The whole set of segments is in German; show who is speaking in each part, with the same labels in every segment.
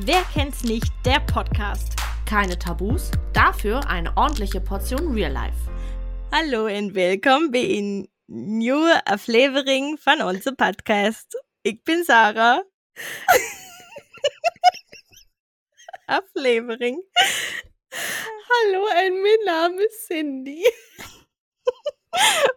Speaker 1: Wer kennt's nicht? Der Podcast.
Speaker 2: Keine Tabus, dafür eine ordentliche Portion Real Life.
Speaker 1: Hallo und willkommen bei in neue Aflevering von unserem Podcast. Ich bin Sarah. Aflevering.
Speaker 2: Hallo, ein mein Name ist Cindy.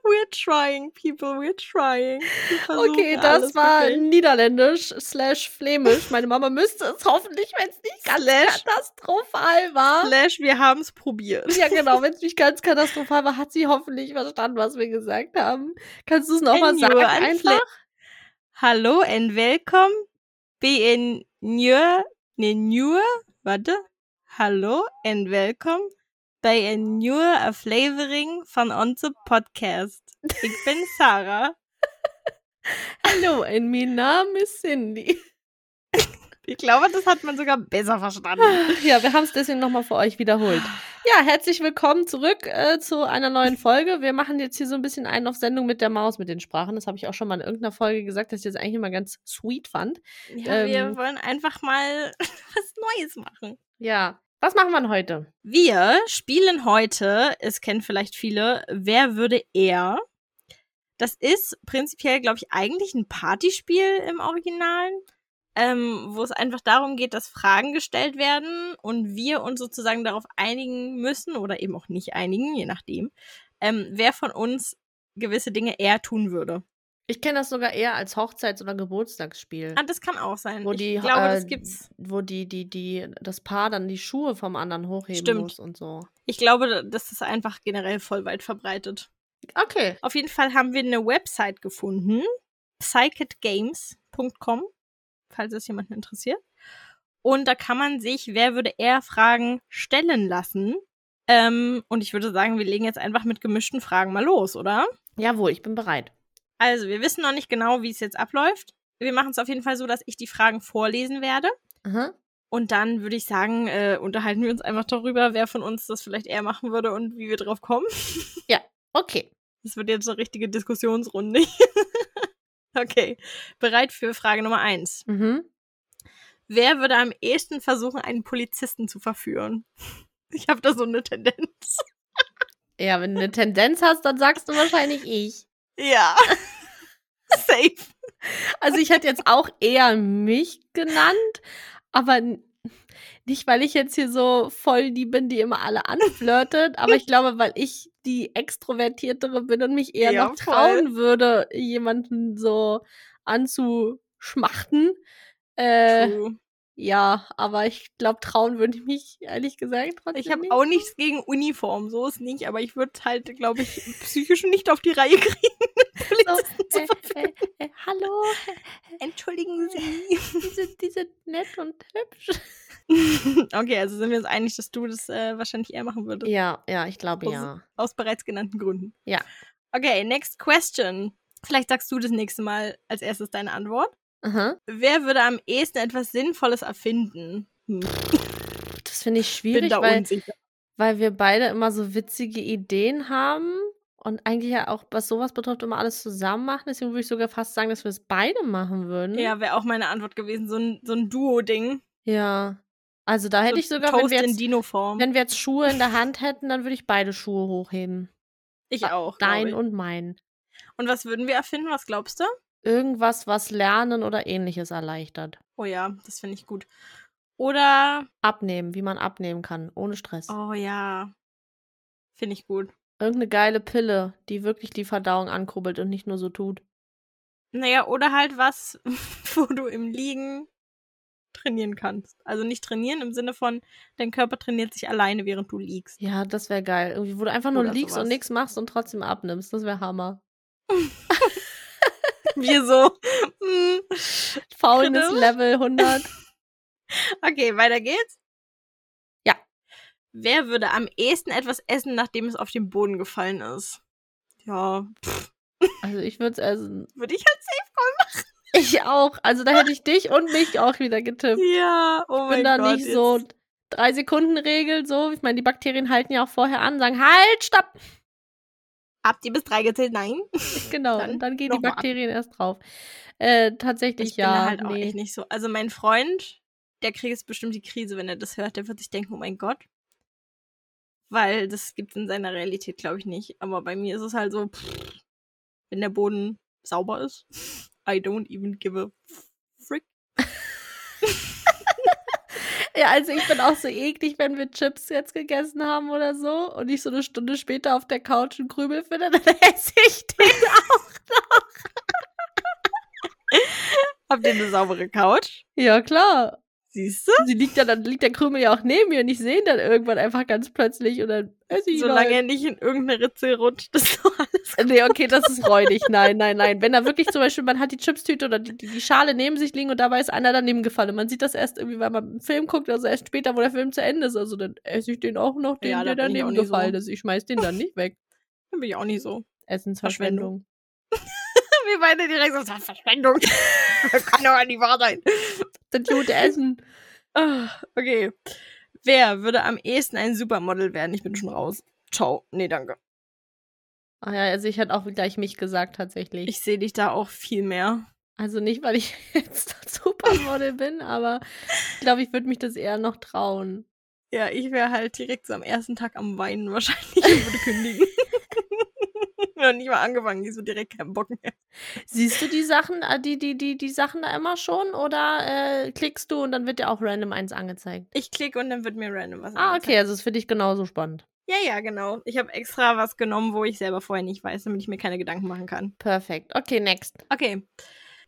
Speaker 1: We're trying, people, we're trying. Wir versuchen
Speaker 2: Okay, das
Speaker 1: alles
Speaker 2: war
Speaker 1: wirklich.
Speaker 2: niederländisch slash flämisch. Meine Mama müsste es hoffentlich, wenn es nicht ganz
Speaker 1: Slash-
Speaker 2: katastrophal war.
Speaker 1: Slash, wir haben's probiert.
Speaker 2: Ja, genau, wenn es nicht ganz katastrophal war, hat sie hoffentlich verstanden, was wir gesagt haben. Kannst du es nochmal
Speaker 1: Ein
Speaker 2: sagen?
Speaker 1: neue Anfla-
Speaker 2: Einfach?
Speaker 1: Hallo und willkommen bei in neue, ne neue, warte. Hallo und willkommen bei in neue Aflevering von unserem Podcast. Ich bin Sarah.
Speaker 2: Hallo, ein mein Name ist Cindy.
Speaker 1: Ich glaube, das hat man sogar besser verstanden.
Speaker 2: Ja, wir haben es deswegen nochmal für euch wiederholt. Ja, herzlich willkommen zurück äh, zu einer neuen Folge. Wir machen jetzt hier so ein bisschen einen auf Sendung mit der Maus mit den Sprachen. Das habe ich auch schon mal in irgendeiner Folge gesagt, dass ich das eigentlich immer ganz sweet fand.
Speaker 1: Ja,
Speaker 2: Ähm.
Speaker 1: wir wollen einfach mal was Neues machen.
Speaker 2: Ja. Was machen wir denn heute?
Speaker 1: Wir spielen heute, es kennen vielleicht viele, Wer würde er? Das ist prinzipiell, glaube ich, eigentlich ein Partyspiel im Originalen, ähm, wo es einfach darum geht, dass Fragen gestellt werden und wir uns sozusagen darauf einigen müssen oder eben auch nicht einigen, je nachdem, ähm, wer von uns gewisse Dinge eher tun würde.
Speaker 2: Ich kenne das sogar eher als Hochzeits- oder Geburtstagsspiel.
Speaker 1: Ah, das kann auch sein.
Speaker 2: Wo
Speaker 1: ich
Speaker 2: die,
Speaker 1: glaube,
Speaker 2: äh,
Speaker 1: das gibt's.
Speaker 2: Wo die, die, die, das Paar dann die Schuhe vom anderen hochheben
Speaker 1: Stimmt.
Speaker 2: muss und so.
Speaker 1: Ich glaube, das ist einfach generell voll weit verbreitet.
Speaker 2: Okay.
Speaker 1: Auf jeden Fall haben wir eine Website gefunden, psychicgames.com, falls es jemanden interessiert. Und da kann man sich, wer würde eher Fragen stellen lassen. Ähm, und ich würde sagen, wir legen jetzt einfach mit gemischten Fragen mal los, oder?
Speaker 2: Jawohl, ich bin bereit.
Speaker 1: Also, wir wissen noch nicht genau, wie es jetzt abläuft. Wir machen es auf jeden Fall so, dass ich die Fragen vorlesen werde.
Speaker 2: Aha.
Speaker 1: Und dann würde ich sagen, äh, unterhalten wir uns einfach darüber, wer von uns das vielleicht eher machen würde und wie wir drauf kommen.
Speaker 2: Okay.
Speaker 1: Das wird jetzt eine richtige Diskussionsrunde. okay, bereit für Frage Nummer eins.
Speaker 2: Mhm.
Speaker 1: Wer würde am ehesten versuchen, einen Polizisten zu verführen? Ich habe da so eine Tendenz.
Speaker 2: Ja, wenn du eine Tendenz hast, dann sagst du wahrscheinlich ich.
Speaker 1: Ja. Safe.
Speaker 2: Also ich hätte jetzt auch eher mich genannt, aber n- nicht, weil ich jetzt hier so voll die bin, die immer alle anflirtet, aber ich glaube, weil ich die extrovertiertere bin und mich eher
Speaker 1: Ja,
Speaker 2: noch
Speaker 1: voll.
Speaker 2: trauen würde, jemanden so anzuschmachten. Äh,
Speaker 1: True.
Speaker 2: ja, aber ich glaube, trauen würde ich mich ehrlich gesagt trotzdem
Speaker 1: Ich habe
Speaker 2: nicht.
Speaker 1: auch nichts gegen Uniform, so ist nicht, aber ich würde halt, glaube ich, psychisch nicht auf die Reihe kriegen. Polizisten zu
Speaker 2: Äh,
Speaker 1: verführen.
Speaker 2: äh, äh, hallo,
Speaker 1: Entschuldigen Sie.
Speaker 2: die sind, die sind nett und hübsch.
Speaker 1: okay, also sind wir uns einig, dass du das äh, wahrscheinlich eher machen würdest.
Speaker 2: Ja, ja, ich glaube
Speaker 1: Aus-
Speaker 2: ja.
Speaker 1: Aus bereits genannten Gründen.
Speaker 2: Ja.
Speaker 1: Okay, next question. Vielleicht sagst du das nächste Mal als erstes deine Antwort.
Speaker 2: Aha.
Speaker 1: Wer würde am ehesten etwas Sinnvolles erfinden? Hm,
Speaker 2: Das finde ich
Speaker 1: bin
Speaker 2: schwierig,
Speaker 1: da
Speaker 2: weil,
Speaker 1: unsicher.
Speaker 2: weil wir beide immer so witzige Ideen haben und eigentlich ja auch, was sowas betrifft, immer alles zusammen machen. Deswegen würde ich sogar fast sagen, dass wir es beide machen würden.
Speaker 1: Ja, wäre auch meine Antwort gewesen. So ein, so ein Duo-Ding.
Speaker 2: Ja. Also da hätte
Speaker 1: so
Speaker 2: ich sogar,
Speaker 1: Toast
Speaker 2: wenn wir,
Speaker 1: in
Speaker 2: jetzt,
Speaker 1: Dino-Form.
Speaker 2: wenn wir jetzt Schuhe in der Hand hätten, dann würde ich beide Schuhe hochheben.
Speaker 1: Ich auch. glaub
Speaker 2: Dein
Speaker 1: ich.
Speaker 2: Ah, und mein.
Speaker 1: Und was würden wir erfinden? Was glaubst du?
Speaker 2: Irgendwas, was Lernen oder ähnliches erleichtert.
Speaker 1: Oh ja, das finde ich gut. Oder,
Speaker 2: Abnehmen, wie man abnehmen kann, ohne Stress.
Speaker 1: oh ja, finde ich gut.
Speaker 2: Irgendeine geile Pille, die wirklich die Verdauung ankurbelt und nicht nur so tut.
Speaker 1: Naja, oder halt was, wo du im Liegen trainieren kannst. Also nicht trainieren im Sinne von, dein Körper trainiert sich alleine, während du liegst.
Speaker 2: Ja, das wäre geil. Irgendwie, wo du einfach nur
Speaker 1: Oder
Speaker 2: liegst
Speaker 1: sowas.
Speaker 2: und nichts machst und trotzdem abnimmst. Das wäre Hammer.
Speaker 1: Wir so. hm.
Speaker 2: Faulness
Speaker 1: Genau.
Speaker 2: Level 100.
Speaker 1: okay, weiter geht's.
Speaker 2: Ja.
Speaker 1: Wer würde am ehesten etwas essen, nachdem es auf den Boden gefallen ist? Ja,
Speaker 2: Also ich würde es essen.
Speaker 1: würde ich halt safe
Speaker 2: Ich auch. Also da hätte ich dich und mich auch wieder getippt.
Speaker 1: kommen. Ja, oh
Speaker 2: Ich
Speaker 1: mein
Speaker 2: bin da
Speaker 1: Gott.
Speaker 2: nicht so
Speaker 1: jetzt-
Speaker 2: drei Sekunden Regel so. Ich meine, die Bakterien halten ja auch vorher an, sagen halt, stopp.
Speaker 1: Habt ihr bis drei gezählt? Nein.
Speaker 2: Genau.
Speaker 1: Dann
Speaker 2: und dann gehen
Speaker 1: noch
Speaker 2: die
Speaker 1: mal ab.
Speaker 2: Bakterien erst drauf. Äh, tatsächlich
Speaker 1: Ich
Speaker 2: ja.
Speaker 1: bin da halt auch
Speaker 2: nee.
Speaker 1: echt nicht so. Also mein Freund der kriegt jetzt bestimmt die Krise, wenn er das hört. Der wird sich denken, oh mein Gott. Weil das gibt in seiner Realität, glaube ich, nicht. Aber bei mir ist es halt so, pff, wenn der Boden sauber ist, I don't even give a frick.
Speaker 2: Ja, also ich bin auch so eklig, wenn wir Chips jetzt gegessen haben oder so und ich so eine Stunde später auf der Couch einen Krümel finde, dann esse ich den auch.
Speaker 1: Habt ihr eine saubere Couch?
Speaker 2: Ja, klar.
Speaker 1: Siehst du?
Speaker 2: Sie liegt dann, dann liegt der Krümel ja auch neben mir und ich sehe ihn dann irgendwann einfach ganz plötzlich und dann esse ich ihn
Speaker 1: Solange
Speaker 2: halt.
Speaker 1: er nicht in irgendeine Ritze rutscht, ist doch alles
Speaker 2: Nee, okay, das ist räudig. Nein, nein, nein. Wenn da wirklich zum Beispiel, man hat die Chipstüte oder die, die, die Schale neben sich liegen und dabei ist einer daneben gefallen. Und man sieht das erst irgendwie, weil man einen Film guckt, also erst später, wo der Film zu Ende ist. Also dann esse ich den auch noch, den,
Speaker 1: Ja, da
Speaker 2: der
Speaker 1: bin ich auch
Speaker 2: daneben
Speaker 1: nicht
Speaker 2: gefallen
Speaker 1: so.
Speaker 2: ist. Ich schmeiß den dann nicht weg.
Speaker 1: Dann bin ich auch nicht so.
Speaker 2: Essensverschwendung.
Speaker 1: Wir beide direkt so, das war Verschwendung. das kann doch nicht wahr sein.
Speaker 2: Das gute Essen.
Speaker 1: Ah, okay. Wer würde am ehesten ein Supermodel werden? Ich bin schon raus. Ciao. Nee, danke.
Speaker 2: Ach ja, also ich hätte auch gleich mich gesagt tatsächlich.
Speaker 1: Ich sehe dich da auch viel mehr.
Speaker 2: also nicht, weil ich jetzt das Supermodel bin, aber ich glaube, ich würde mich das eher noch trauen.
Speaker 1: Ja, ich wäre halt direkt so am ersten Tag am Weinen wahrscheinlich und würde kündigen. Noch nicht mal angefangen, ich so direkt keinen Bock mehr.
Speaker 2: Siehst du die Sachen, äh, die, die, die, die Sachen da immer schon oder äh, klickst du und dann wird dir auch random eins angezeigt?
Speaker 1: Ich klicke und dann wird mir random was
Speaker 2: Ah,
Speaker 1: angezeigt.
Speaker 2: okay, also ist für dich genauso spannend.
Speaker 1: Ja, ja, genau. Ich habe extra was genommen, wo ich selber vorher nicht weiß, damit ich mir keine Gedanken machen kann.
Speaker 2: Perfekt. Okay, next.
Speaker 1: Okay.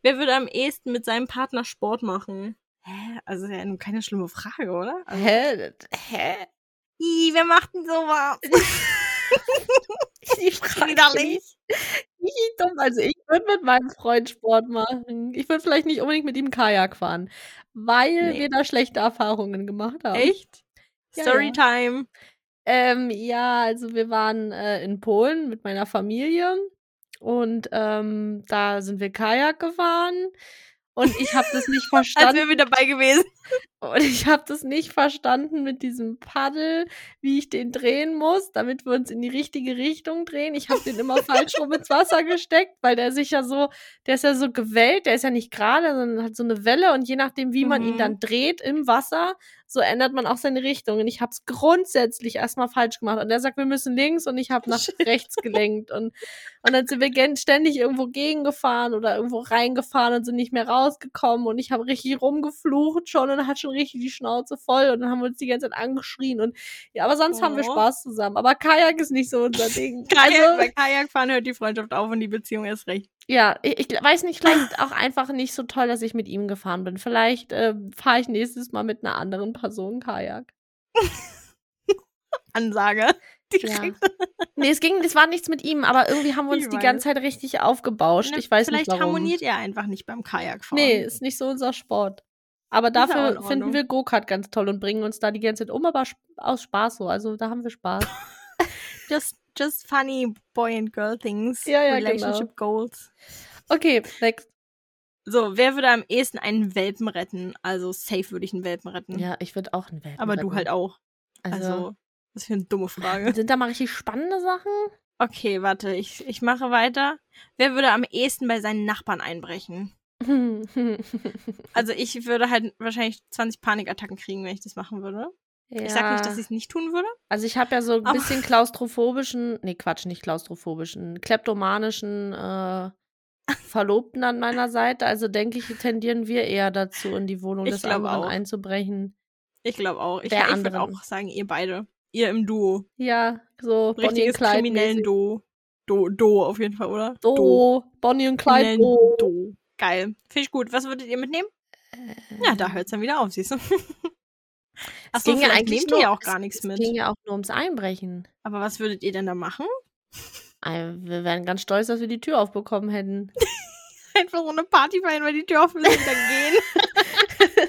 Speaker 1: Wer würde am ehesten mit seinem Partner Sport machen? Hä? Also ist ja nun keine schlimme Frage, oder? Also,
Speaker 2: Hä? Hä?
Speaker 1: Ih, wer macht denn sowas?
Speaker 2: Die Frage
Speaker 1: Widerlich.
Speaker 2: richtig dumm. Also ich würde mit meinem Freund Sport machen. Ich würde vielleicht nicht unbedingt mit ihm Kajak fahren, weil
Speaker 1: Nee.
Speaker 2: wir da schlechte Erfahrungen gemacht haben.
Speaker 1: Echt?
Speaker 2: Ja,
Speaker 1: Storytime.
Speaker 2: Ähm, ja, also wir waren äh, in Polen mit meiner Familie und ähm, da sind wir Kajak gefahren und ich habe das nicht
Speaker 1: Als
Speaker 2: verstanden.
Speaker 1: wären wir dabei gewesen.
Speaker 2: Und ich habe das nicht verstanden mit diesem Paddel, wie ich den drehen muss, damit wir uns in die richtige Richtung drehen. Ich habe den immer falsch rum ins Wasser gesteckt, weil der sich ja so, der ist ja so gewellt, der ist ja nicht gerade, sondern hat so eine Welle und je nachdem, wie man ihn
Speaker 1: Mhm.
Speaker 2: dann dreht im Wasser, so ändert man auch seine Richtung. Und ich habe es grundsätzlich erstmal falsch gemacht. Und der sagt, wir müssen links und ich habe nach rechts gelenkt. Und, und dann sind wir gen- ständig irgendwo gegengefahren oder irgendwo reingefahren und sind nicht mehr rausgekommen. Und ich habe richtig rumgeflucht schon und hat schon richtig die Schnauze voll. Und dann haben wir uns die ganze Zeit angeschrien. Und ja, aber sonst haben wir
Speaker 1: Oh.
Speaker 2: Spaß zusammen. Aber Kajak ist nicht so unser Ding.
Speaker 1: Kajak,
Speaker 2: Also-
Speaker 1: bei Kajakfahren hört die Freundschaft auf und die Beziehung erst recht.
Speaker 2: ja, ich, ich gl- weiß nicht, vielleicht auch einfach nicht so toll, dass ich mit ihm gefahren bin. Vielleicht äh, fahre ich nächstes Mal mit einer anderen Person Kajak.
Speaker 1: Ansage.
Speaker 2: Ja. nee, es ging, es war nichts mit ihm, aber irgendwie haben wir uns
Speaker 1: Genau. Ich
Speaker 2: die
Speaker 1: weiß.
Speaker 2: ganze Zeit richtig aufgebauscht. Ich weiß
Speaker 1: Vielleicht
Speaker 2: nicht warum.
Speaker 1: harmoniert er einfach nicht beim Kajakfahren.
Speaker 2: Nee, ist nicht so unser Sport. Aber
Speaker 1: ja auch in
Speaker 2: dafür finden
Speaker 1: Ordnung.
Speaker 2: wir Go-Kart ganz toll und bringen uns da die ganze Zeit um, aber sp- aus Spaß so. Also da haben wir Spaß.
Speaker 1: Just, just funny boy and girl things.
Speaker 2: Ja, genau. ja,
Speaker 1: Relationship goals.
Speaker 2: Okay, next.
Speaker 1: So, wer würde am ehesten einen Welpen retten? Also safe würde ich einen Welpen retten.
Speaker 2: Ja, ich würde auch einen Welpen.
Speaker 1: Aber du
Speaker 2: retten.
Speaker 1: halt auch. Also,
Speaker 2: Also,
Speaker 1: was für eine dumme Frage.
Speaker 2: sind da mal richtig spannende Sachen?
Speaker 1: Okay, warte, ich, ich mache weiter. Wer würde am ehesten bei seinen Nachbarn einbrechen? Also ich würde halt wahrscheinlich 20 Panikattacken kriegen, wenn ich das machen würde. Ich sag nicht, dass ich es nicht tun würde.
Speaker 2: Also ich habe ja so ein
Speaker 1: Aber-
Speaker 2: bisschen klaustrophobischen, nee Quatsch, nicht klaustrophobischen, kleptomanischen äh, Verlobten an meiner Seite. Also denke ich, tendieren wir eher dazu, in die Wohnung
Speaker 1: Ich
Speaker 2: des
Speaker 1: glaub
Speaker 2: anderen
Speaker 1: auch.
Speaker 2: einzubrechen.
Speaker 1: Ich glaube auch. Ich, ich
Speaker 2: Der
Speaker 1: würde
Speaker 2: anderen.
Speaker 1: auch sagen, ihr beide. Ihr im Duo.
Speaker 2: Ja, so Bonnie und
Speaker 1: Richtiges
Speaker 2: Clyde.
Speaker 1: kriminellen Duo. Do, Do auf jeden Fall, oder?
Speaker 2: Do, Bonnie und Clyde.
Speaker 1: Kriminellen
Speaker 2: Do.
Speaker 1: Do. Geil. Finde ich gut. Was würdet ihr mitnehmen? Ja, da hört es dann wieder auf, siehst du.
Speaker 2: Äh. Es
Speaker 1: Achso,
Speaker 2: ging ja
Speaker 1: vielleicht
Speaker 2: eigentlich
Speaker 1: nehmt ihr ja
Speaker 2: nur-
Speaker 1: auch gar nichts
Speaker 2: Es
Speaker 1: mit.
Speaker 2: ging ja auch nur ums Einbrechen.
Speaker 1: Aber was würdet ihr denn da machen?
Speaker 2: Ein- Wir wären ganz stolz, dass wir die Tür aufbekommen hätten.
Speaker 1: Einfach so eine Party feiern, weil die Tür offen ist und dann gehen.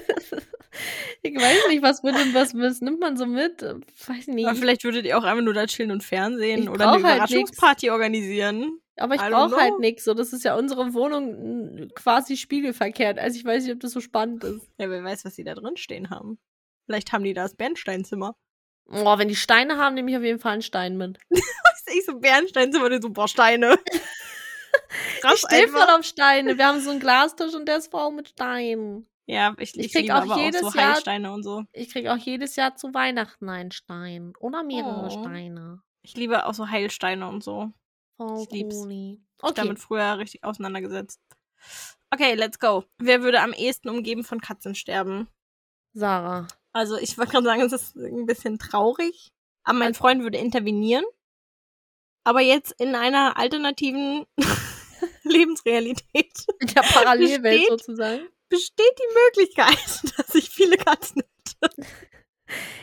Speaker 2: ich weiß nicht, was, würde, was, was nimmt man so mit? Weiß nicht.
Speaker 1: Aber vielleicht würdet ihr auch einfach nur da chillen und Fernsehen
Speaker 2: Ich
Speaker 1: oder eine
Speaker 2: brauch halt
Speaker 1: Überraschungsparty organisieren.
Speaker 2: Aber ich
Speaker 1: I don't
Speaker 2: brauche halt
Speaker 1: know.
Speaker 2: nichts. So, das ist ja unsere Wohnung n, quasi spiegelverkehrt. Also ich weiß nicht, ob das so spannend ist.
Speaker 1: Ja, wer weiß, was die da drin stehen haben. Vielleicht haben die da das Bernsteinzimmer.
Speaker 2: Boah, wenn die Steine haben, nehme ich auf jeden Fall einen Stein mit.
Speaker 1: Weißt du, ich so Bernsteinzimmer, die so, boah, Steine. Krass
Speaker 2: Steh voll
Speaker 1: einfach.
Speaker 2: auf Steine. Wir haben so einen Glastisch und der ist voll mit Steinen.
Speaker 1: Ja, ich,
Speaker 2: Ich
Speaker 1: ich
Speaker 2: krieg
Speaker 1: liebe
Speaker 2: auch
Speaker 1: aber
Speaker 2: jedes
Speaker 1: auch so
Speaker 2: Jahr-
Speaker 1: Heilsteine und so.
Speaker 2: Ich kriege auch jedes Jahr zu Weihnachten einen Stein. Oder mehrere
Speaker 1: Oh.
Speaker 2: Steine.
Speaker 1: Ich liebe auch so Heilsteine und so.
Speaker 2: Voll
Speaker 1: Ich lieb's.
Speaker 2: cool.
Speaker 1: Ich
Speaker 2: Okay.
Speaker 1: damit früher richtig auseinandergesetzt. Okay, let's go. Wer würde am ehesten umgeben von Katzen sterben?
Speaker 2: Sarah.
Speaker 1: Also, ich wollte gerade sagen, es ist ein bisschen traurig. Aber
Speaker 2: Also
Speaker 1: mein Freund würde intervenieren. Aber jetzt in einer alternativen Lebensrealität
Speaker 2: In der Parallelwelt
Speaker 1: Steht-
Speaker 2: sozusagen.
Speaker 1: besteht die Möglichkeit, dass ich viele Katzen.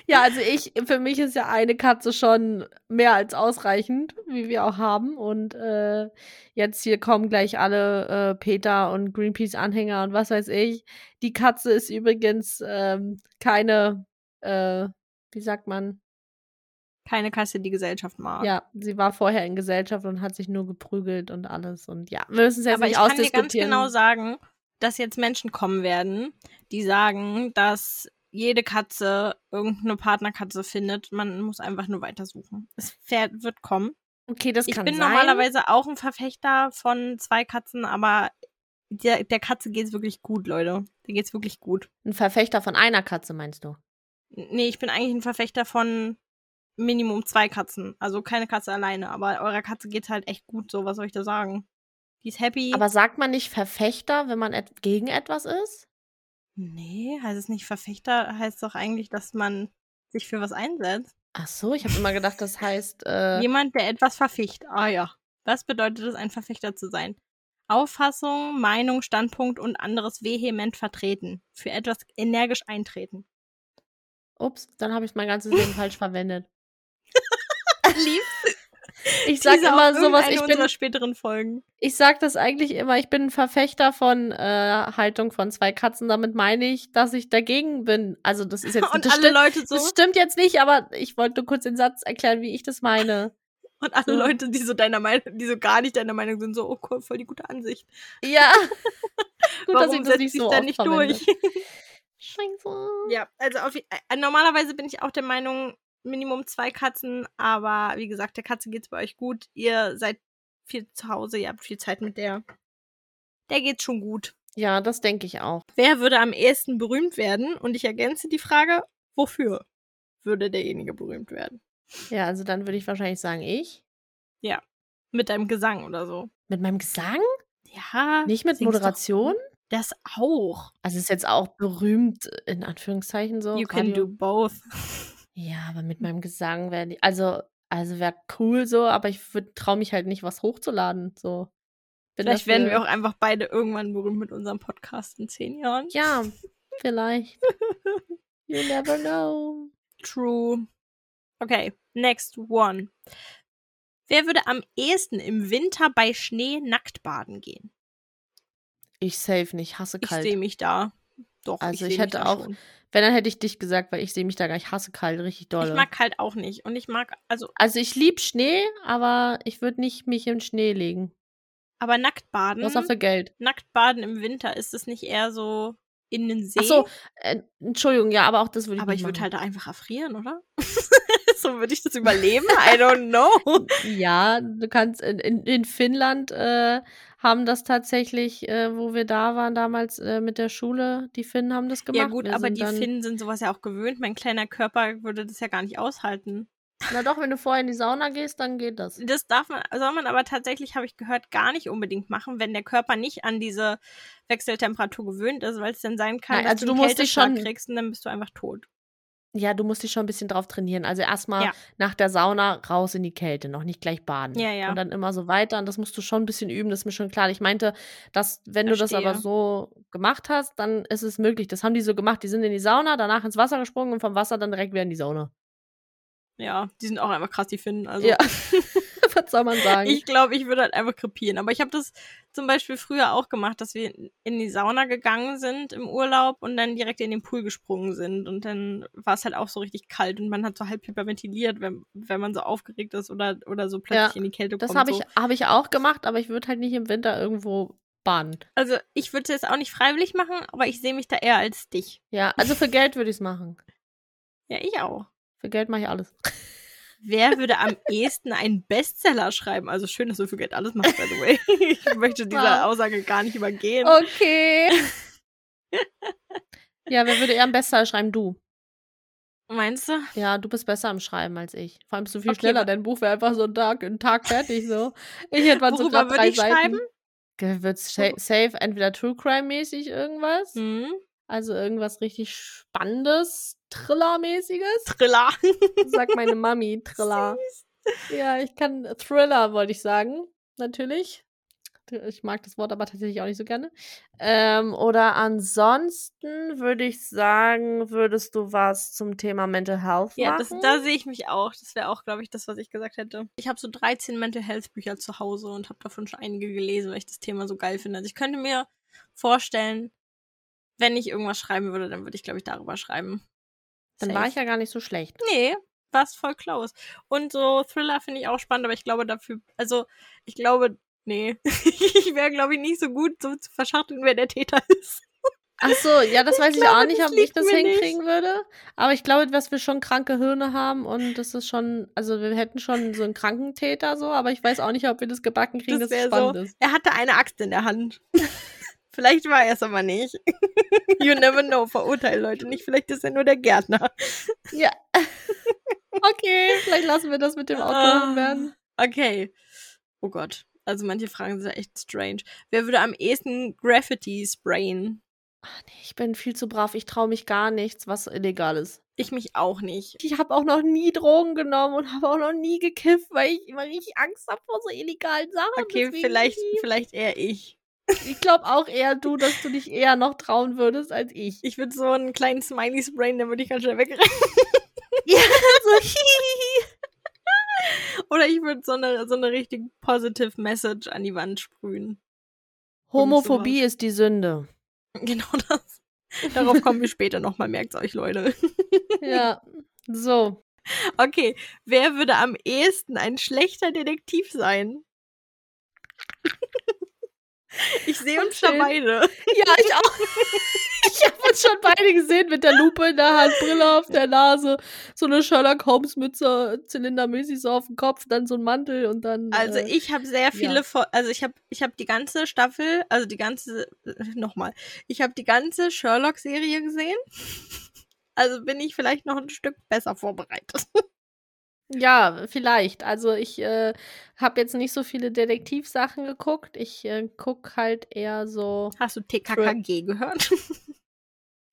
Speaker 2: Ja, also ich, für mich ist ja eine Katze schon mehr als ausreichend, wie wir auch haben. Und äh, jetzt hier kommen gleich alle äh, Peter und Greenpeace-Anhänger und was weiß ich. Die Katze ist übrigens ähm, keine, äh, wie sagt man?
Speaker 1: Keine Katze, die Gesellschaft mag.
Speaker 2: Ja, sie war vorher in Gesellschaft und hat sich nur geprügelt und alles. Und ja, wir müssen es jetzt
Speaker 1: Aber ich
Speaker 2: nicht
Speaker 1: kann dir
Speaker 2: ausdiskutieren.
Speaker 1: ganz genau sagen, dass jetzt Menschen kommen werden, die sagen, dass jede Katze irgendeine Partnerkatze findet. Man muss einfach nur weitersuchen. Es fährt, wird kommen.
Speaker 2: okay, das
Speaker 1: Ich
Speaker 2: kann
Speaker 1: bin
Speaker 2: sein.
Speaker 1: normalerweise auch ein Verfechter von zwei Katzen, aber der, der Katze geht's wirklich gut, Leute. Der geht's wirklich gut.
Speaker 2: ein Verfechter von einer Katze, meinst du?
Speaker 1: Nee, ich bin eigentlich ein Verfechter von Minimum zwei Katzen. Also keine Katze alleine, aber eurer Katze geht's halt echt gut, so was soll ich da sagen? Die ist happy.
Speaker 2: Aber sagt man nicht Verfechter, wenn man et gegen etwas ist?
Speaker 1: Nee, heißt es nicht Verfechter, heißt doch eigentlich, dass man sich für was einsetzt.
Speaker 2: Ach so, ich habe immer gedacht, das heißt. Äh,
Speaker 1: Jemand, der etwas verficht. Ah ja. Was bedeutet es, ein Verfechter zu sein? Auffassung, Meinung, Standpunkt und anderes vehement vertreten. Für etwas energisch eintreten.
Speaker 2: ups, dann habe ich mein ganzes Leben falsch verwendet.
Speaker 1: Lieb.
Speaker 2: Ich sage immer sowas, ich bin.
Speaker 1: unserer späteren Folgen.
Speaker 2: Ich sage das eigentlich immer, ich bin ein Verfechter von äh, Haltung von zwei Katzen. Damit meine ich, dass ich dagegen bin. Also, das ist jetzt.
Speaker 1: Und
Speaker 2: das,
Speaker 1: alle
Speaker 2: stimmt,
Speaker 1: Leute so.
Speaker 2: das stimmt jetzt nicht, aber ich wollte nur kurz den Satz erklären, wie ich das meine.
Speaker 1: Und alle
Speaker 2: so.
Speaker 1: Leute, die so deiner Meinung, die so gar nicht deiner Meinung sind, so, oh cool, voll die gute Ansicht.
Speaker 2: Ja. Gut,
Speaker 1: Warum
Speaker 2: dass ich das
Speaker 1: setzt
Speaker 2: nicht
Speaker 1: sich
Speaker 2: so
Speaker 1: da
Speaker 2: oft
Speaker 1: nicht
Speaker 2: verwende.
Speaker 1: durch?
Speaker 2: Scheiße.
Speaker 1: Ja, also auf, äh, normalerweise bin ich auch der Meinung, Minimum zwei Katzen, aber wie gesagt, der Katze geht's bei euch gut. Ihr seid viel zu Hause, ihr habt viel Zeit mit der. Der geht's schon gut.
Speaker 2: Ja, das denke ich auch.
Speaker 1: Wer würde am ehesten berühmt werden? Und ich ergänze die Frage, wofür würde derjenige berühmt werden?
Speaker 2: Ja, also dann würde ich wahrscheinlich sagen, ich.
Speaker 1: Mit deinem Gesang oder so.
Speaker 2: Mit meinem Gesang?
Speaker 1: Ja.
Speaker 2: Nicht mit
Speaker 1: singst doch-
Speaker 2: Moderation?
Speaker 1: Das auch.
Speaker 2: Also ist jetzt auch berühmt, äh, in Anführungszeichen so.
Speaker 1: you can do
Speaker 2: Radio-
Speaker 1: Hm. both.
Speaker 2: Ja, aber mit meinem Gesang wäre also also wäre cool so, aber ich traue mich halt nicht, was hochzuladen so. Bin
Speaker 1: Vielleicht werden wir
Speaker 2: dafür-
Speaker 1: auch einfach beide irgendwann berühmt mit unserem Podcast in zehn Jahren.
Speaker 2: Ja, vielleicht. you never know.
Speaker 1: True. Okay, next one. Wer würde am ehesten im Winter bei Schnee nackt baden gehen?
Speaker 2: Ich safe nicht, hasse
Speaker 1: Ich
Speaker 2: kalt.
Speaker 1: sehe mich da. Doch,
Speaker 2: Also
Speaker 1: seh mich
Speaker 2: ich hätte
Speaker 1: da
Speaker 2: auch
Speaker 1: schon.
Speaker 2: Wenn dann hätte ich dich gesagt, weil ich sehe mich da gar nicht, ich hasse kalt richtig doll.
Speaker 1: Ich mag kalt auch nicht. Und ich mag, also,
Speaker 2: also ich lieb Schnee, aber ich würde nicht mich im Schnee legen.
Speaker 1: aber nackt baden,
Speaker 2: Was auf für Geld.
Speaker 1: nackt baden im Winter, ist es nicht eher so in den See?
Speaker 2: Ach so, äh, Entschuldigung, ja, aber auch das würde ich
Speaker 1: aber
Speaker 2: nicht
Speaker 1: ich würde
Speaker 2: machen.
Speaker 1: halt einfach erfrieren, oder? so würde ich das überleben? I don't know.
Speaker 2: Ja, du kannst in, in, in Finnland äh, haben das tatsächlich, äh, wo wir da waren damals äh, mit der Schule, die Finnen haben das gemacht.
Speaker 1: ja gut,
Speaker 2: wir
Speaker 1: aber
Speaker 2: sind
Speaker 1: die Finnen sind sowas ja auch gewöhnt. Mein kleiner Körper würde das ja gar nicht aushalten.
Speaker 2: Na doch, wenn du vorher in die Sauna gehst, dann geht das.
Speaker 1: Das darf man, soll man aber tatsächlich, habe ich gehört, gar nicht unbedingt machen, wenn der Körper nicht an diese Wechseltemperatur gewöhnt ist, weil es dann sein kann,
Speaker 2: Nein,
Speaker 1: dass
Speaker 2: also
Speaker 1: du,
Speaker 2: du
Speaker 1: einen
Speaker 2: musst dich
Speaker 1: Kälteschlag
Speaker 2: schon-
Speaker 1: kriegst und dann bist du einfach tot.
Speaker 2: Ja, du musst dich schon ein bisschen drauf trainieren. Also erstmal
Speaker 1: Ja.
Speaker 2: nach der Sauna raus in die Kälte, noch nicht gleich baden.
Speaker 1: Ja, ja.
Speaker 2: Und dann immer so weiter. Und das musst du schon ein bisschen üben, das ist mir schon klar. Ich meinte, dass, wenn du das
Speaker 1: Verstehe.
Speaker 2: aber so gemacht hast, dann ist es möglich. Das haben die so gemacht. Die sind in die Sauna, danach ins Wasser gesprungen und vom Wasser dann direkt wieder in die Sauna.
Speaker 1: Ja, die sind auch einfach krass, die Finnen. Also
Speaker 2: Ja. Was soll man sagen?
Speaker 1: ich glaube, ich würde halt einfach krepieren. Aber ich habe das zum Beispiel früher auch gemacht, dass wir in die Sauna gegangen sind im Urlaub und dann direkt in den Pool gesprungen sind. Und dann war es halt auch so richtig kalt und man hat so halb hyperventiliert, wenn, wenn man so aufgeregt ist oder, oder so plötzlich in die Kälte
Speaker 2: Das
Speaker 1: kommt.
Speaker 2: habe
Speaker 1: so.
Speaker 2: ich, hab ich auch gemacht, aber ich würde halt nicht im Winter irgendwo baden.
Speaker 1: Also ich würde es jetzt auch nicht freiwillig machen, aber ich sehe mich da eher als dich.
Speaker 2: Ja, also für Geld würde ich es machen.
Speaker 1: Ja, ich auch.
Speaker 2: Für Geld mache ich alles.
Speaker 1: Wer würde am ehesten einen Bestseller schreiben? Also schön, dass du für Geld alles machst, by the way. Ich möchte dieser
Speaker 2: Wow.
Speaker 1: Aussage gar nicht übergehen.
Speaker 2: Okay. Ja, wer würde eher besser schreiben? Du.
Speaker 1: Meinst du?
Speaker 2: Ja, du bist besser am Schreiben als ich. Vor allem bist du viel
Speaker 1: Okay,
Speaker 2: schneller.
Speaker 1: wa-
Speaker 2: Dein Buch wäre einfach so ein Tag, ein Tag fertig so. Ich hätte mal so
Speaker 1: Worüber
Speaker 2: grad
Speaker 1: würde
Speaker 2: drei
Speaker 1: ich
Speaker 2: Seiten.
Speaker 1: schreiben?
Speaker 2: Wird safe entweder True Crime mäßig irgendwas,
Speaker 1: Hm?
Speaker 2: also irgendwas richtig Spannendes, Thriller-mäßiges.
Speaker 1: Triller.
Speaker 2: Sagt meine Mami, Thriller. Ja, ich kann Thriller, wollte ich sagen. Natürlich. Ich mag das Wort aber tatsächlich auch nicht so gerne. Ähm, oder ansonsten würde ich sagen, würdest du was zum Thema Mental Health
Speaker 1: Ja, das,
Speaker 2: machen?
Speaker 1: da sehe ich mich auch. Das wäre auch, glaube ich, das, was ich gesagt hätte. Ich habe so 13 Mental Health Bücher zu Hause und habe davon schon einige gelesen, weil ich das Thema so geil finde. Also ich könnte mir vorstellen, wenn ich irgendwas schreiben würde, dann würde ich, glaube ich, darüber schreiben.
Speaker 2: Dann war ich ja gar nicht so schlecht.
Speaker 1: Nee, war's voll close. Und so Thriller finde ich auch spannend, aber ich glaube dafür, also ich glaube, nee. ich wäre, glaube ich, nicht so gut, so zu verschachteln, wer der Täter ist.
Speaker 2: Ach so, ja, das weiß ich,
Speaker 1: glaube,
Speaker 2: auch nicht,
Speaker 1: das
Speaker 2: ob ich
Speaker 1: liegt
Speaker 2: das
Speaker 1: mir nicht.
Speaker 2: hinkriegen würde. Aber ich glaube, dass wir schon kranke Hirne haben und das ist schon, also wir hätten schon so einen Krankentäter so, aber ich weiß auch nicht, ob wir das gebacken kriegen,
Speaker 1: Das
Speaker 2: dass
Speaker 1: wär
Speaker 2: es
Speaker 1: so-
Speaker 2: spannend ist.
Speaker 1: Er hatte eine Axt in der Hand. Vielleicht war er es aber nicht. you never know. Verurteilen Leute nicht. Vielleicht ist er nur der Gärtner.
Speaker 2: Ja. okay, vielleicht lassen wir das mit dem Autoren
Speaker 1: Ah,
Speaker 2: werden.
Speaker 1: Okay. Oh Gott. Also manche Fragen sind echt strange. Wer würde am ehesten Graffiti sprayen?
Speaker 2: Ach Ah, nee, ich bin viel zu brav. Ich traue mich gar nichts, was illegal ist.
Speaker 1: Ich mich auch nicht.
Speaker 2: Ich habe auch noch nie Drogen genommen und habe auch noch nie gekifft, weil ich immer richtig Angst habe vor so illegalen Sachen.
Speaker 1: Okay,
Speaker 2: Deswegen-
Speaker 1: vielleicht, vielleicht eher ich.
Speaker 2: Ich glaube auch eher du, dass du dich eher noch trauen würdest als ich.
Speaker 1: Ich würde so einen kleinen Smiley sprayen, dann würde ich ganz schnell wegrennen.
Speaker 2: Also,
Speaker 1: Oder ich würde so eine, so eine richtig positive Message an die Wand sprühen.
Speaker 2: Homophobie ist die Sünde.
Speaker 1: Genau das. Darauf kommen wir später nochmal, merkt's euch, Leute.
Speaker 2: Ja. So.
Speaker 1: Okay, wer würde am ehesten ein schlechter Detektiv sein? Ich sehe uns schon
Speaker 2: Okay.
Speaker 1: beide.
Speaker 2: Ja, ich auch. Ich habe uns schon beide gesehen mit der Lupe in der Hand, Brille auf der Nase, so eine Sherlock Holmes Mütze zylindermäßig so auf dem Kopf, dann so ein Mantel und dann
Speaker 1: Also
Speaker 2: äh,
Speaker 1: ich habe sehr viele,
Speaker 2: ja.
Speaker 1: Fol- also ich habe ich hab die ganze Staffel, also die ganze, nochmal, ich habe die ganze Sherlock-Serie gesehen. Also bin ich vielleicht noch ein Stück besser vorbereitet.
Speaker 2: ja, vielleicht. Also ich äh, habe jetzt nicht so viele Detektivsachen geguckt. Ich äh, guck halt eher so
Speaker 1: Hast du TKKG gehört?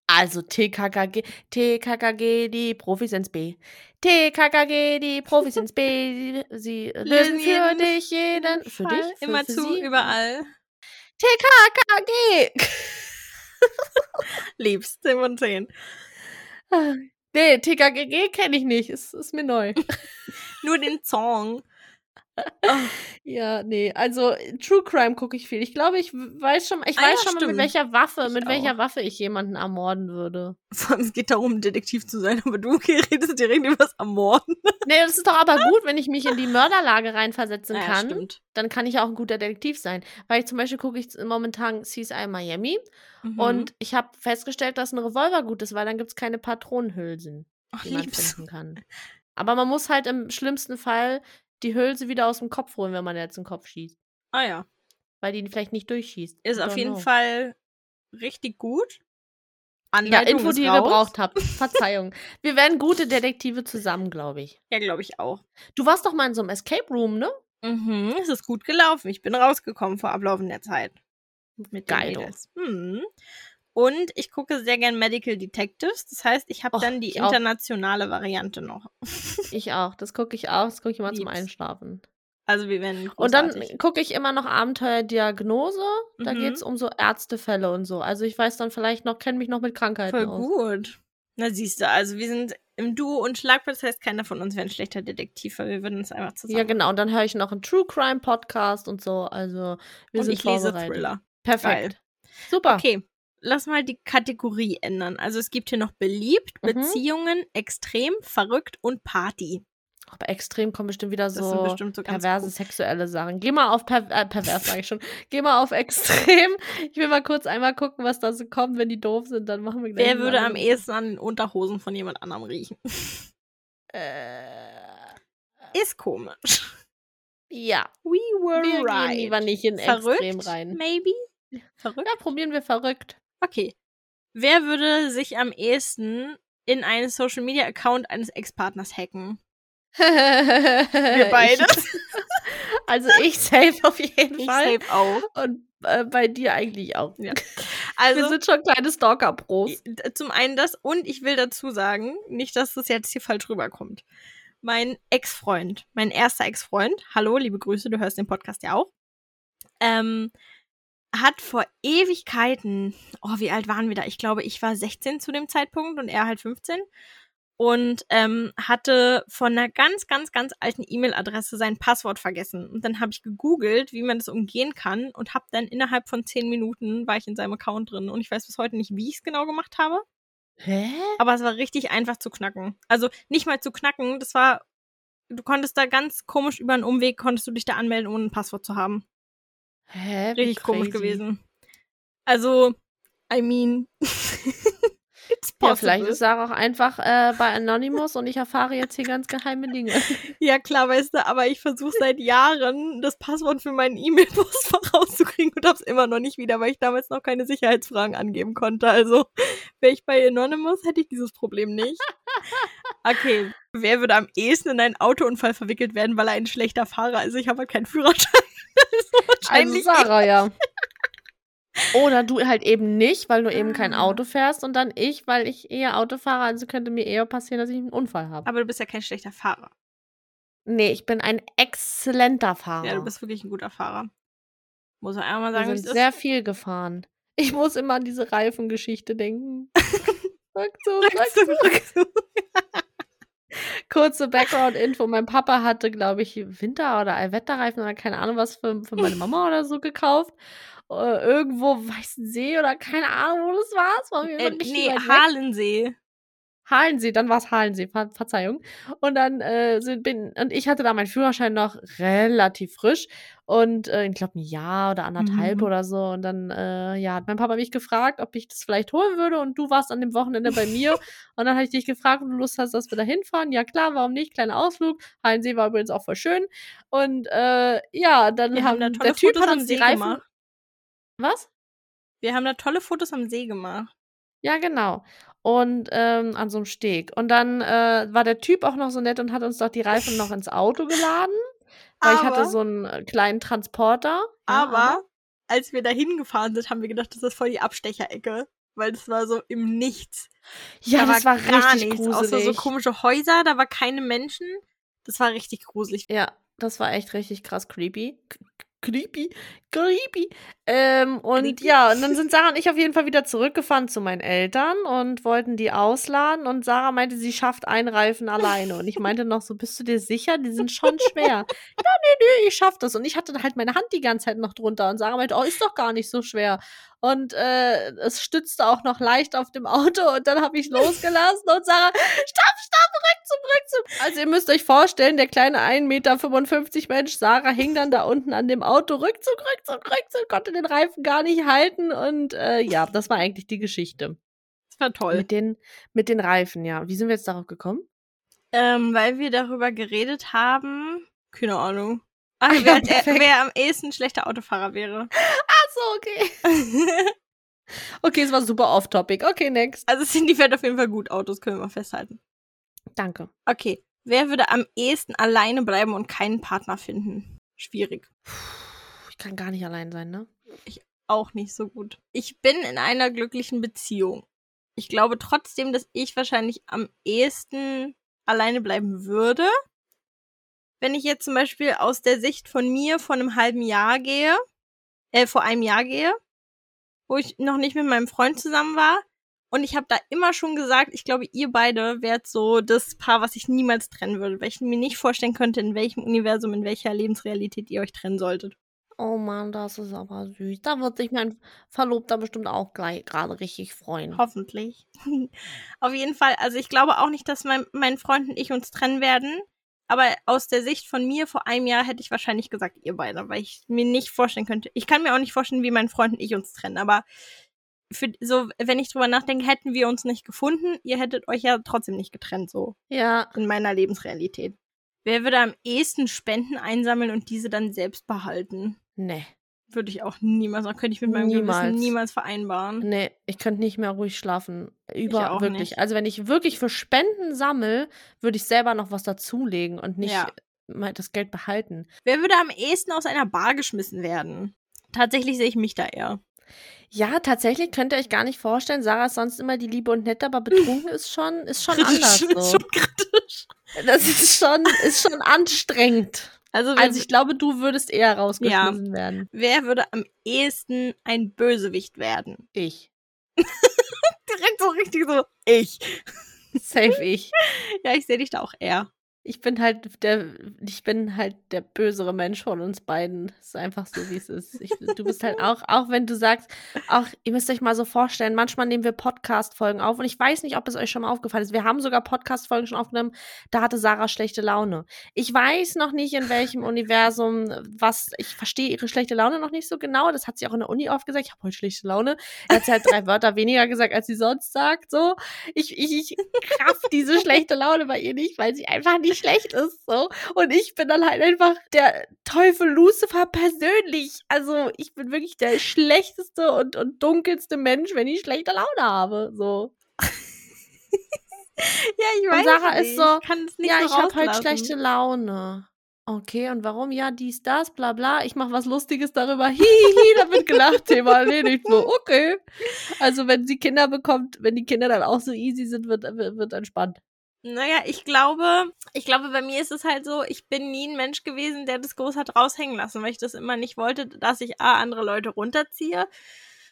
Speaker 2: Also TKKG, TKKG, die Profis ins B. TKKG, die Profis ins B. Sie lösen
Speaker 1: Lösen
Speaker 2: für
Speaker 1: jeden
Speaker 2: dich jeden. Für dich? Für,
Speaker 1: Immer
Speaker 2: für
Speaker 1: zu,
Speaker 2: sie.
Speaker 1: überall.
Speaker 2: TKKG.
Speaker 1: Liebst, 10 von 10.
Speaker 2: Nee, TKKG kenne ich nicht. Ist, ist mir neu.
Speaker 1: Nur den Song.
Speaker 2: ja, nee. Also True Crime gucke ich viel. Ich glaube, ich w- weiß schon, ich
Speaker 1: Ah,
Speaker 2: weiß
Speaker 1: ja,
Speaker 2: schon mal, mit
Speaker 1: stimmt.
Speaker 2: welcher Waffe,
Speaker 1: Ich
Speaker 2: mit
Speaker 1: auch.
Speaker 2: welcher Waffe ich jemanden ermorden würde.
Speaker 1: Vor allem, es geht darum, Detektiv zu sein, aber du redest direkt über das Ermorden.
Speaker 2: Nee, das ist doch aber gut, wenn ich mich in die Mörderlage reinversetzen
Speaker 1: Ah Ja,
Speaker 2: kann.
Speaker 1: stimmt.
Speaker 2: dann kann ich ja auch ein guter Detektiv sein. Weil zum Beispiel gucke ich z- momentan CSI Miami
Speaker 1: Mhm.
Speaker 2: und ich habe festgestellt, dass ein Revolver gut ist, weil dann gibt es keine Patronenhülsen,
Speaker 1: Ach,
Speaker 2: die man
Speaker 1: liebst.
Speaker 2: finden kann. Aber man muss halt im schlimmsten Fall die Hülse wieder aus dem Kopf holen, wenn man jetzt einen Kopf schießt.
Speaker 1: Ah ja.
Speaker 2: Weil die vielleicht nicht durchschießt.
Speaker 1: Ist
Speaker 2: I
Speaker 1: auf
Speaker 2: don't
Speaker 1: jeden
Speaker 2: know.
Speaker 1: Fall richtig gut.
Speaker 2: Ja,
Speaker 1: Anleitung
Speaker 2: Info,
Speaker 1: ist
Speaker 2: die ihr
Speaker 1: raus.
Speaker 2: gebraucht habt. Verzeihung. Wir werden gute Detektive zusammen, glaube ich.
Speaker 1: Ja, glaube ich auch.
Speaker 2: Du warst doch mal in so einem Escape Room, ne?
Speaker 1: Mhm, es ist gut gelaufen. Ich bin rausgekommen vor Ablaufen der Zeit. Mit den
Speaker 2: Geil.
Speaker 1: Mädels. Mhm. Und ich gucke sehr gern Medical Detectives. Das heißt, ich habe
Speaker 2: Och,
Speaker 1: dann die
Speaker 2: ich auch.
Speaker 1: internationale Variante noch.
Speaker 2: Ich auch. Das gucke ich auch. Das gucke ich immer zum
Speaker 1: Lieb's.
Speaker 2: Einschlafen.
Speaker 1: Also wir werden
Speaker 2: Und dann
Speaker 1: großartig.
Speaker 2: gucke ich immer noch Abenteuerdiagnose. Da
Speaker 1: Mhm.
Speaker 2: geht's um so Ärztefälle und so. Also ich weiß dann vielleicht noch, kenne mich noch mit Krankheiten
Speaker 1: Voll
Speaker 2: aus.
Speaker 1: gut. Na siehst du, also wir sind im Duo und Schlagplatz heißt keiner von uns wäre ein schlechter Detektiv, weil wir würden es einfach zusammen.
Speaker 2: Ja, genau. Und dann höre ich noch einen True Crime Podcast und so. Also wir
Speaker 1: und
Speaker 2: sind
Speaker 1: ich lese
Speaker 2: vorbereitet. Ah.
Speaker 1: Thriller.
Speaker 2: Perfekt.
Speaker 1: Geil.
Speaker 2: Super.
Speaker 1: Okay, lass mal die Kategorie ändern. Also es gibt hier noch beliebt,
Speaker 2: Mhm.
Speaker 1: Beziehungen, extrem, verrückt und Party.
Speaker 2: Aber extrem kommen bestimmt wieder
Speaker 1: Das sind
Speaker 2: so
Speaker 1: bestimmt so ganz
Speaker 2: perverse sexuelle Sachen. Geh mal auf per äh, pervers, sage ich schon. Geh mal auf extrem. Ich will mal kurz einmal gucken, was da so kommt. Wenn die doof sind, dann machen wir gleich.
Speaker 1: Wer
Speaker 2: was
Speaker 1: würde am e-
Speaker 2: anderes.
Speaker 1: ehesten an den Unterhosen von jemand anderem riechen?
Speaker 2: Äh,
Speaker 1: Ist komisch.
Speaker 2: ja.
Speaker 1: We were
Speaker 2: Wir
Speaker 1: right.
Speaker 2: gehen lieber nicht in
Speaker 1: Verrückt,
Speaker 2: extrem rein.
Speaker 1: maybe? Verrückt?
Speaker 2: Ja, probieren wir verrückt.
Speaker 1: Okay. Wer würde sich am ehesten in einen Social Media Account eines Ex-Partners hacken?
Speaker 2: Wir
Speaker 1: beide.
Speaker 2: also ich safe auf jeden Fall.
Speaker 1: safe auch.
Speaker 2: Und äh, bei dir eigentlich auch.
Speaker 1: Ja.
Speaker 2: Wir
Speaker 1: Also
Speaker 2: sind schon kleine Stalker-Pros.
Speaker 1: d- zum einen das und ich will dazu sagen, nicht, dass das jetzt hier falsch rüberkommt. Mein Ex-Freund, mein erster Ex-Freund, hallo, liebe Grüße, du hörst den Podcast ja auch, ähm, hat vor Ewigkeiten, oh, wie alt waren wir da? Ich glaube, ich war 16 zu dem Zeitpunkt und er halt 15 und ähm, hatte von einer ganz, ganz, ganz alten E-Mail-Adresse sein Passwort vergessen. Und dann habe ich gegoogelt, wie man das umgehen kann und habe dann innerhalb von 10 Minuten war ich in seinem Account drin. Und ich weiß bis heute nicht, wie ich es genau gemacht habe,
Speaker 2: Hä?
Speaker 1: aber es war richtig einfach zu knacken. Also nicht mal zu knacken, das war, du konntest da ganz komisch über einen Umweg, konntest du dich da anmelden, ohne ein Passwort zu haben.
Speaker 2: Hä? Wie
Speaker 1: Richtig komisch
Speaker 2: crazy.
Speaker 1: gewesen. Also, I mean, it's possible.
Speaker 2: Ja, vielleicht ist Sarah auch einfach äh, bei Anonymous und ich erfahre jetzt hier ganz geheime Dinge. Also
Speaker 1: Ja, klar, weißt du, aber ich versuche seit Jahren, das Passwort für meinen E-Mail-Postfach rauszukriegen und hab's immer noch nicht wieder, weil ich damals noch keine Sicherheitsfragen angeben konnte. Also, wäre ich bei Anonymous, hätte ich dieses Problem nicht. Okay, wer würde am ehesten in einen Autounfall verwickelt werden, weil er ein schlechter Fahrer ist? Ich habe halt keinen Führerschein. Also
Speaker 2: Also
Speaker 1: wahrscheinlich
Speaker 2: Sarah, ja. Oder du halt eben nicht, weil du eben kein
Speaker 1: Ah.
Speaker 2: Auto fährst und dann ich, weil ich eher Auto fahre, also könnte mir eher passieren, dass ich einen Unfall habe.
Speaker 1: Aber du bist ja kein schlechter Fahrer.
Speaker 2: Nee, ich bin ein exzellenter Fahrer.
Speaker 1: Ja, du bist wirklich ein guter Fahrer. Muss man einmal
Speaker 2: Wir
Speaker 1: sagen, wie
Speaker 2: sind
Speaker 1: es
Speaker 2: sehr
Speaker 1: ist.
Speaker 2: viel gefahren. Ich muss immer an diese Reifengeschichte denken. Rück zu, rück zu. Kurze Background-Info. Mein Papa hatte, glaube ich, Winter- oder Allwetterreifen oder keine Ahnung was für, für meine Mama oder so gekauft. Äh, irgendwo, Weißen See oder keine Ahnung, wo das war. Es war mir
Speaker 1: Äh,
Speaker 2: immer richtig
Speaker 1: nee,
Speaker 2: weit weg.
Speaker 1: Halensee.
Speaker 2: Halensee, dann war es Halensee, Ver Verzeihung. Und dann äh, sind, bin, und ich hatte da meinen Führerschein noch relativ frisch und äh, ich glaube ein Jahr oder anderthalb
Speaker 1: Mhm.
Speaker 2: oder so. Und dann äh, ja, hat mein Papa mich gefragt, ob ich das vielleicht holen würde und du warst an dem Wochenende bei mir. und dann habe ich dich gefragt, ob du Lust hast, dass wir da hinfahren. Ja klar, warum nicht? Kleiner Ausflug. Halensee war übrigens auch voll schön. Und äh, ja, dann
Speaker 1: Wir haben
Speaker 2: haben,
Speaker 1: da tolle
Speaker 2: Mhm. der Typ
Speaker 1: Fotos
Speaker 2: hat
Speaker 1: am
Speaker 2: uns die
Speaker 1: See
Speaker 2: Reifen.
Speaker 1: gemacht.
Speaker 2: Was?
Speaker 1: Wir haben da tolle Fotos am See gemacht.
Speaker 2: Ja, genau. Und ähm, an so einem Steg. Und dann äh, war der Typ auch noch so nett und hat uns doch die Reifen noch ins Auto geladen. Weil ich hatte
Speaker 1: Aber-
Speaker 2: so einen äh, kleinen Transporter. Ja,
Speaker 1: aber, als wir da hingefahren sind, haben wir gedacht, das ist voll die Abstecherecke. Weil das war so im Nichts.
Speaker 2: Ja,
Speaker 1: da
Speaker 2: das war
Speaker 1: gar
Speaker 2: richtig
Speaker 1: nichts, Außer so
Speaker 2: gruselig.
Speaker 1: komische Häuser, da war keine Menschen. Das war richtig gruselig.
Speaker 2: ja, das war echt richtig krass creepy. K- Creepy, creepy. Ähm, und
Speaker 1: Creepy.
Speaker 2: ja, und dann sind Sarah und ich auf jeden Fall wieder zurückgefahren zu meinen Eltern und wollten die ausladen. Und Sarah meinte, sie schafft einen Reifen alleine. Und ich meinte noch so, bist du dir sicher? Die sind schon schwer. nö, ich schaff das. Und ich hatte halt meine Hand die ganze Zeit noch drunter. Und Sarah meinte, oh, ist doch gar nicht so schwer. Und äh, es stützte auch noch leicht auf dem Auto. Und dann habe ich losgelassen und Sarah, stopp, stopp, rück zum, rück zum. Also ihr müsst euch vorstellen, der kleine 1,55 Meter Mensch, Sarah hing dann da unten an dem Auto, rück zum, rück zum, rück zum, konnte den Reifen gar nicht halten. Und äh, ja, das war eigentlich die Geschichte.
Speaker 1: Das war toll.
Speaker 2: Mit den, mit den Reifen, ja. Wie sind wir jetzt darauf gekommen?
Speaker 1: Ähm, weil wir darüber geredet haben. Keine Ahnung. Ach,
Speaker 2: Ah ja,
Speaker 1: wer, als- äh,
Speaker 2: perfekt.
Speaker 1: wer am ehesten schlechter Autofahrer wäre.
Speaker 2: Ach so, okay. Okay, es war super off-topic. Okay, next.
Speaker 1: also Cindy fährt auf jeden Fall gut Autos, können wir mal festhalten.
Speaker 2: Danke.
Speaker 1: Okay. Wer würde am ehesten alleine bleiben und keinen Partner finden? Schwierig.
Speaker 2: Ich kann gar nicht allein sein, ne?
Speaker 1: Auch nicht so gut. Ich bin in einer glücklichen Beziehung. Ich glaube trotzdem, dass ich wahrscheinlich am ehesten alleine bleiben würde. Wenn ich jetzt zum Beispiel aus der Sicht von mir vor einem halben Jahr gehe, äh, vor einem Jahr gehe, wo ich noch nicht mit meinem Freund zusammen war. Und ich habe da immer schon gesagt, ich glaube, ihr beide wärt so das Paar, was ich niemals trennen würde, weil ich mir nicht vorstellen könnte, in welchem Universum, in welcher Lebensrealität ihr euch trennen solltet.
Speaker 2: Oh Mann, das ist aber süß. Da wird sich mein Verlobter bestimmt auch gleich gerade richtig freuen.
Speaker 1: Hoffentlich. Auf jeden Fall, also ich glaube auch nicht, dass mein, mein Freund und ich uns trennen werden. Aber aus der Sicht von mir vor einem Jahr hätte ich wahrscheinlich gesagt, ihr beide, weil ich mir nicht vorstellen könnte. Ich kann mir auch nicht vorstellen, wie mein Freund und ich uns trennen. Aber für, so, wenn ich drüber nachdenke, hätten wir uns nicht gefunden. Ihr hättet euch ja trotzdem nicht getrennt, so
Speaker 2: Ja,
Speaker 1: in meiner Lebensrealität. Wer würde am ehesten Spenden einsammeln und diese dann selbst behalten?
Speaker 2: ne.
Speaker 1: Würde ich auch niemals, könnte ich mit meinem
Speaker 2: Niemals.
Speaker 1: Gewissen niemals vereinbaren.
Speaker 2: Nee, Ne, ich könnte nicht mehr ruhig schlafen. Über
Speaker 1: auch
Speaker 2: wirklich.
Speaker 1: nicht.
Speaker 2: Also wenn ich wirklich für Spenden sammel, würde ich selber noch was dazulegen und nicht äh,
Speaker 1: Ja.
Speaker 2: mal das Geld behalten.
Speaker 1: Wer würde am ehesten aus einer Bar geschmissen werden? Tatsächlich sehe ich mich da eher.
Speaker 2: Ja, tatsächlich könnt ihr euch gar nicht vorstellen, Sarah ist sonst immer die Liebe und nett, aber betrunken ist schon, ist schon
Speaker 1: ist
Speaker 2: anders. So.
Speaker 1: schon kritisch.
Speaker 2: Das ist schon, ist schon anstrengend.
Speaker 1: Also, wer,
Speaker 2: Also ich glaube, du würdest eher rausgeschmissen werden.
Speaker 1: wer würde am ehesten ein Bösewicht werden?
Speaker 2: Ich.
Speaker 1: Direkt so richtig so, ich.
Speaker 2: Safe ich.
Speaker 1: Ja, ich sehe dich da auch eher.
Speaker 2: Ich bin halt der, ich bin halt der bösere Mensch von uns beiden. Es ist einfach so, wie es ist. Ich, du bist halt auch, auch wenn du sagst, auch, ihr müsst euch mal so vorstellen, manchmal nehmen wir Podcast-Folgen auf und ich weiß nicht, ob es euch schon mal aufgefallen ist. Wir haben sogar Podcast-Folgen schon aufgenommen, da hatte Sarah schlechte Laune. Ich weiß noch nicht, in welchem Universum, was, ich verstehe ihre schlechte Laune noch nicht so genau. Das hat sie auch in der Uni oft gesagt. Ich habe heute schlechte Laune. Da hat sie halt drei Wörter weniger gesagt, als sie sonst sagt, so ich, ich, ich kraft diese schlechte Laune bei ihr nicht, weil sie einfach nicht schlecht ist. So. Und ich bin dann halt einfach der Teufel Lucifer persönlich. Also ich bin wirklich der schlechteste und, und dunkelste Mensch, wenn ich schlechte Laune habe. So.
Speaker 1: Ja, ich
Speaker 2: weiß Sarah ist
Speaker 1: nicht.
Speaker 2: so,
Speaker 1: ich kann es nicht
Speaker 2: ja,
Speaker 1: so
Speaker 2: ich habe heute
Speaker 1: rauslassen.
Speaker 2: schlechte Laune. Okay, und warum? Ja, dies, das, bla bla. Ich mache was Lustiges darüber. Hihihi, da wird gelacht, Thema erledigt. So, okay. Also wenn sie Kinder bekommt, wenn die Kinder dann auch so easy sind, wird, wird, wird entspannt.
Speaker 1: Naja, ich glaube, ich glaube, bei mir ist es halt so, ich bin nie ein Mensch gewesen, der das groß hat raushängen lassen, weil ich das immer nicht wollte, dass ich A, andere Leute runterziehe.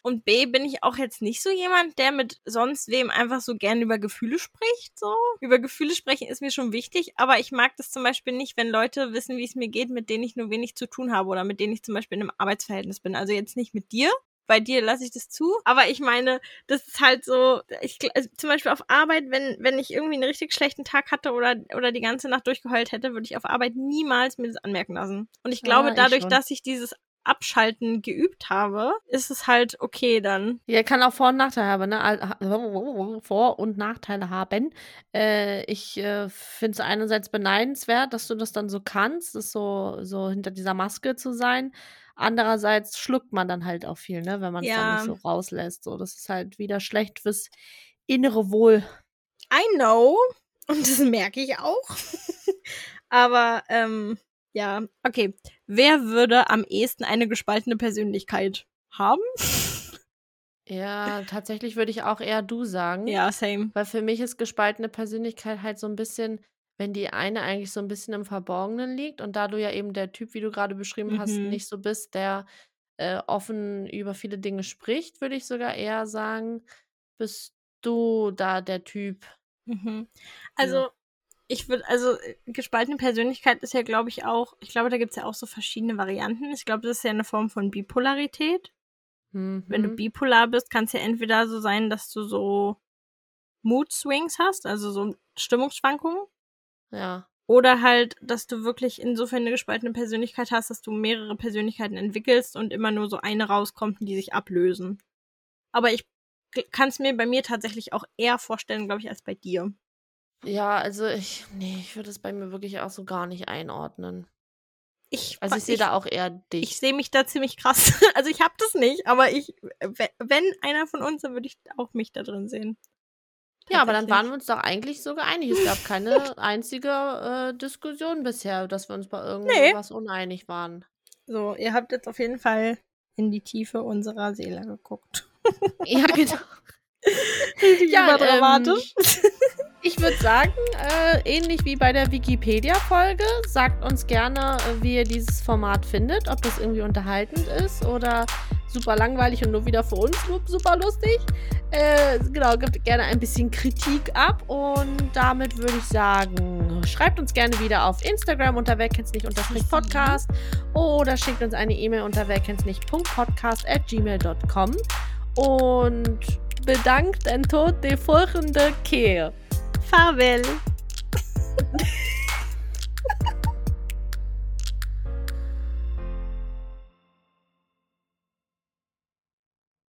Speaker 1: Und B, bin ich auch jetzt nicht so jemand, der mit sonst wem einfach so gern über Gefühle spricht, so. Über Gefühle sprechen ist mir schon wichtig, aber ich mag das zum Beispiel nicht, wenn Leute wissen, wie es mir geht, mit denen ich nur wenig zu tun habe oder mit denen ich zum Beispiel in einem Arbeitsverhältnis bin. Also jetzt nicht mit dir. Bei dir lasse ich das zu, aber ich meine, das ist halt so, ich, gl- also zum Beispiel auf Arbeit, wenn, wenn ich irgendwie einen richtig schlechten Tag hatte oder, oder die ganze Nacht durchgeheult hätte, würde ich auf Arbeit niemals mir das anmerken lassen. Und ich glaube,
Speaker 2: Ja, ich
Speaker 1: dadurch,
Speaker 2: schon.
Speaker 1: dass ich dieses Abschalten geübt habe, ist es halt okay dann.
Speaker 2: Ja, kann auch Vor- und Nachteile haben, ne? Al- ha- Vor- und Nachteile haben. Äh, ich äh, finde es einerseits beneidenswert, dass du das dann so kannst, das so, so hinter dieser Maske zu sein. Andererseits schluckt man dann halt auch viel, ne? Wenn man es dann nicht
Speaker 1: Ja.
Speaker 2: so rauslässt. So, das ist halt wieder schlecht fürs innere Wohl.
Speaker 1: I know. Und das merke ich auch. Aber, ähm, ja, okay. Wer würde am ehesten eine gespaltene Persönlichkeit haben?
Speaker 2: Ja, tatsächlich würde ich auch eher du sagen.
Speaker 1: ja, same.
Speaker 2: Weil für mich ist gespaltene Persönlichkeit halt so ein bisschen, wenn die eine eigentlich so ein bisschen im Verborgenen liegt und da du ja eben der Typ, wie du gerade beschrieben hast,
Speaker 1: Mhm.
Speaker 2: nicht so bist, der äh, offen über viele Dinge spricht, würde ich sogar eher sagen, bist du da der Typ.
Speaker 1: Mhm. Also, ich würde, also äh, gespaltene Persönlichkeit ist ja, glaube ich, auch, ich glaube, da gibt es ja auch so verschiedene Varianten. Ich glaube, das ist ja eine Form von Bipolarität. Wenn du
Speaker 2: Mhm.
Speaker 1: bipolar bist, kann es ja entweder so sein, dass du so Mood Swings hast, also so Stimmungsschwankungen.
Speaker 2: ja.
Speaker 1: Oder halt, dass du wirklich insofern eine gespaltene Persönlichkeit hast, dass du mehrere Persönlichkeiten entwickelst und immer nur so eine rauskommt, die sich ablösen. Aber ich kann es mir bei mir tatsächlich auch eher vorstellen, glaube ich, als bei dir.
Speaker 2: Ja, also ich, nee, ich würde es bei mir wirklich auch so gar nicht einordnen.
Speaker 1: Ich,
Speaker 2: Also ich sehe da auch eher dich.
Speaker 1: Ich sehe mich da ziemlich krass. Also ich habe das nicht, aber ich, we- wenn einer von uns, dann würde ich auch mich da drin sehen.
Speaker 2: Ja, aber dann
Speaker 1: Tatsächlich.
Speaker 2: waren wir uns doch eigentlich so geeinig. Es gab keine einzige äh, Diskussion bisher, dass wir uns bei
Speaker 1: Nee.
Speaker 2: irgendwas uneinig waren.
Speaker 1: So, ihr habt jetzt auf jeden Fall in die Tiefe unserer Seele geguckt.
Speaker 2: Ja, genau. Ja,
Speaker 1: ja, dramatisch.
Speaker 2: Ich würde sagen, äh, ähnlich wie bei der Wikipedia-Folge, sagt uns gerne, äh, wie ihr dieses Format findet, ob das irgendwie unterhaltend ist oder super langweilig und nur wieder für uns lu- super lustig. Äh, genau, gebt gerne ein bisschen Kritik ab und damit würde ich sagen, schreibt uns gerne wieder auf Instagram unter wer kennt's nicht unterstrich Podcast oder schickt uns eine E-Mail unter wer kennt's nicht Podcast at gmail.com und ähm. bedankt en tot de folgende Kehr.
Speaker 1: Farewell.